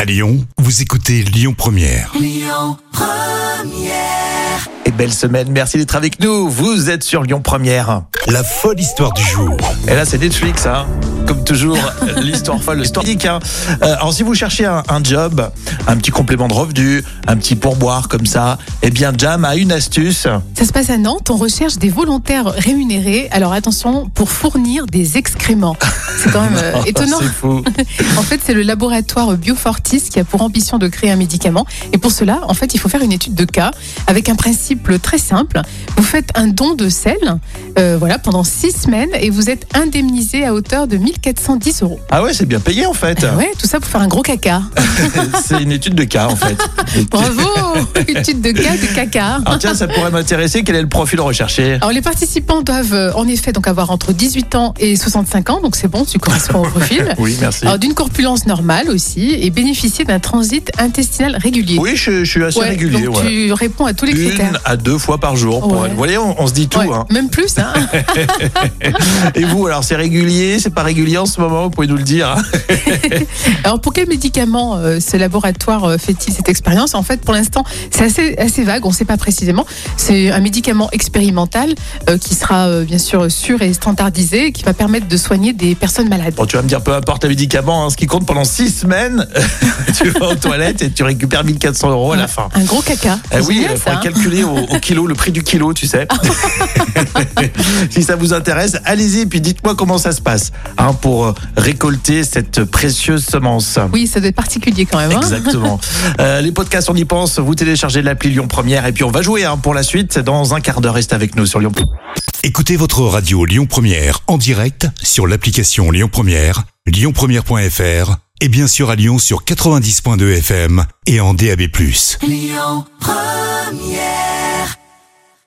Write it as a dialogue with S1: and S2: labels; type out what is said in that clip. S1: À Lyon, vous écoutez Lyon Première.
S2: Et belle semaine, merci d'être avec nous. Vous êtes sur Lyon Première.
S1: La folle histoire du jour.
S2: Et là, c'est Netflix, hein. Comme toujours, l'histoire folle, l'histoire geek, hein. Euh, alors, si vous cherchez un, un job, un petit complément de revenu, un petit pourboire comme ça, eh bien, Jam a une astuce.
S3: Ça se passe à Nantes, on recherche des volontaires rémunérés. Alors attention, pour fournir des excréments. C'est quand même euh, étonnant.
S2: C'est fou.
S3: En fait, c'est le laboratoire Biofortis qui a pour ambition de créer un médicament. Et pour cela, en fait, il faut faire une étude de cas avec un principe très simple. Vous faites un don de sel, euh, voilà, pendant six semaines, et vous êtes indemnisé à hauteur de 1410 euros.
S2: Ah ouais, c'est bien payé en fait.
S3: Ah ouais, tout ça pour faire un gros caca.
S2: c'est une étude de cas en fait.
S3: Bravo, étude de cas de caca.
S2: Alors tiens, ça pourrait m'intéresser. Quel est le profil recherché
S3: Alors les participants doivent euh, en effet donc avoir entre 18 ans et 65 ans, donc c'est bon, tu corresponds au profil.
S2: Oui, merci.
S3: Alors d'une corpulence normale aussi et bénéficier d'un transit intestinal régulier.
S2: Oui, je, je suis assez
S3: Ouais,
S2: régulier.
S3: donc
S2: ouais.
S3: tu réponds à tous les
S2: Une
S3: critères.
S2: à deux fois par jour. Pour
S3: Ouais.
S2: être- Vous voyez, on, on se dit tout.
S3: Ouais,
S2: hein.
S3: Même plus, hein.
S2: Et vous, alors, c'est régulier, c'est pas régulier en ce moment Vous pouvez nous le dire. hein.
S3: Alors pour quel médicament euh, ce laboratoire euh, fait-il cette expérience En fait, pour l'instant, c'est assez, assez vague, on ne sait pas précisément. C'est un médicament expérimental euh, qui sera euh, bien sûr sûr et standardisé, et qui va permettre de soigner des personnes malades.
S2: Bon, tu vas me dire, peu importe les médicaments, hein, ce qui compte pendant six semaines, tu vas aux toilettes et tu récupères 1400 euros à la fin.
S3: Un gros caca.
S2: Eh
S3: Ah, C'est
S2: oui, il
S3: génial, ça,
S2: faudra
S3: hein.
S2: calculer au, au kilo le prix du kilo, tu sais. si ça vous intéresse, allez-y puis dites-moi comment ça se passe hein, pour euh, récolter cette précieuse semence.
S3: Oui, ça doit être particulier quand même. hein.
S2: Exactement. Euh, les podcasts, on y pense. Vous téléchargez l'appli Lyon Première et puis on va jouer hein, pour la suite dans un quart d'heure. Reste avec nous sur Lyon.
S1: Écoutez votre radio Lyon Première en direct sur l'application Lyon Première, lyonpremière.fr et bien sûr à Lyon sur 90.2 FM et en DAB+.
S4: Lyon Première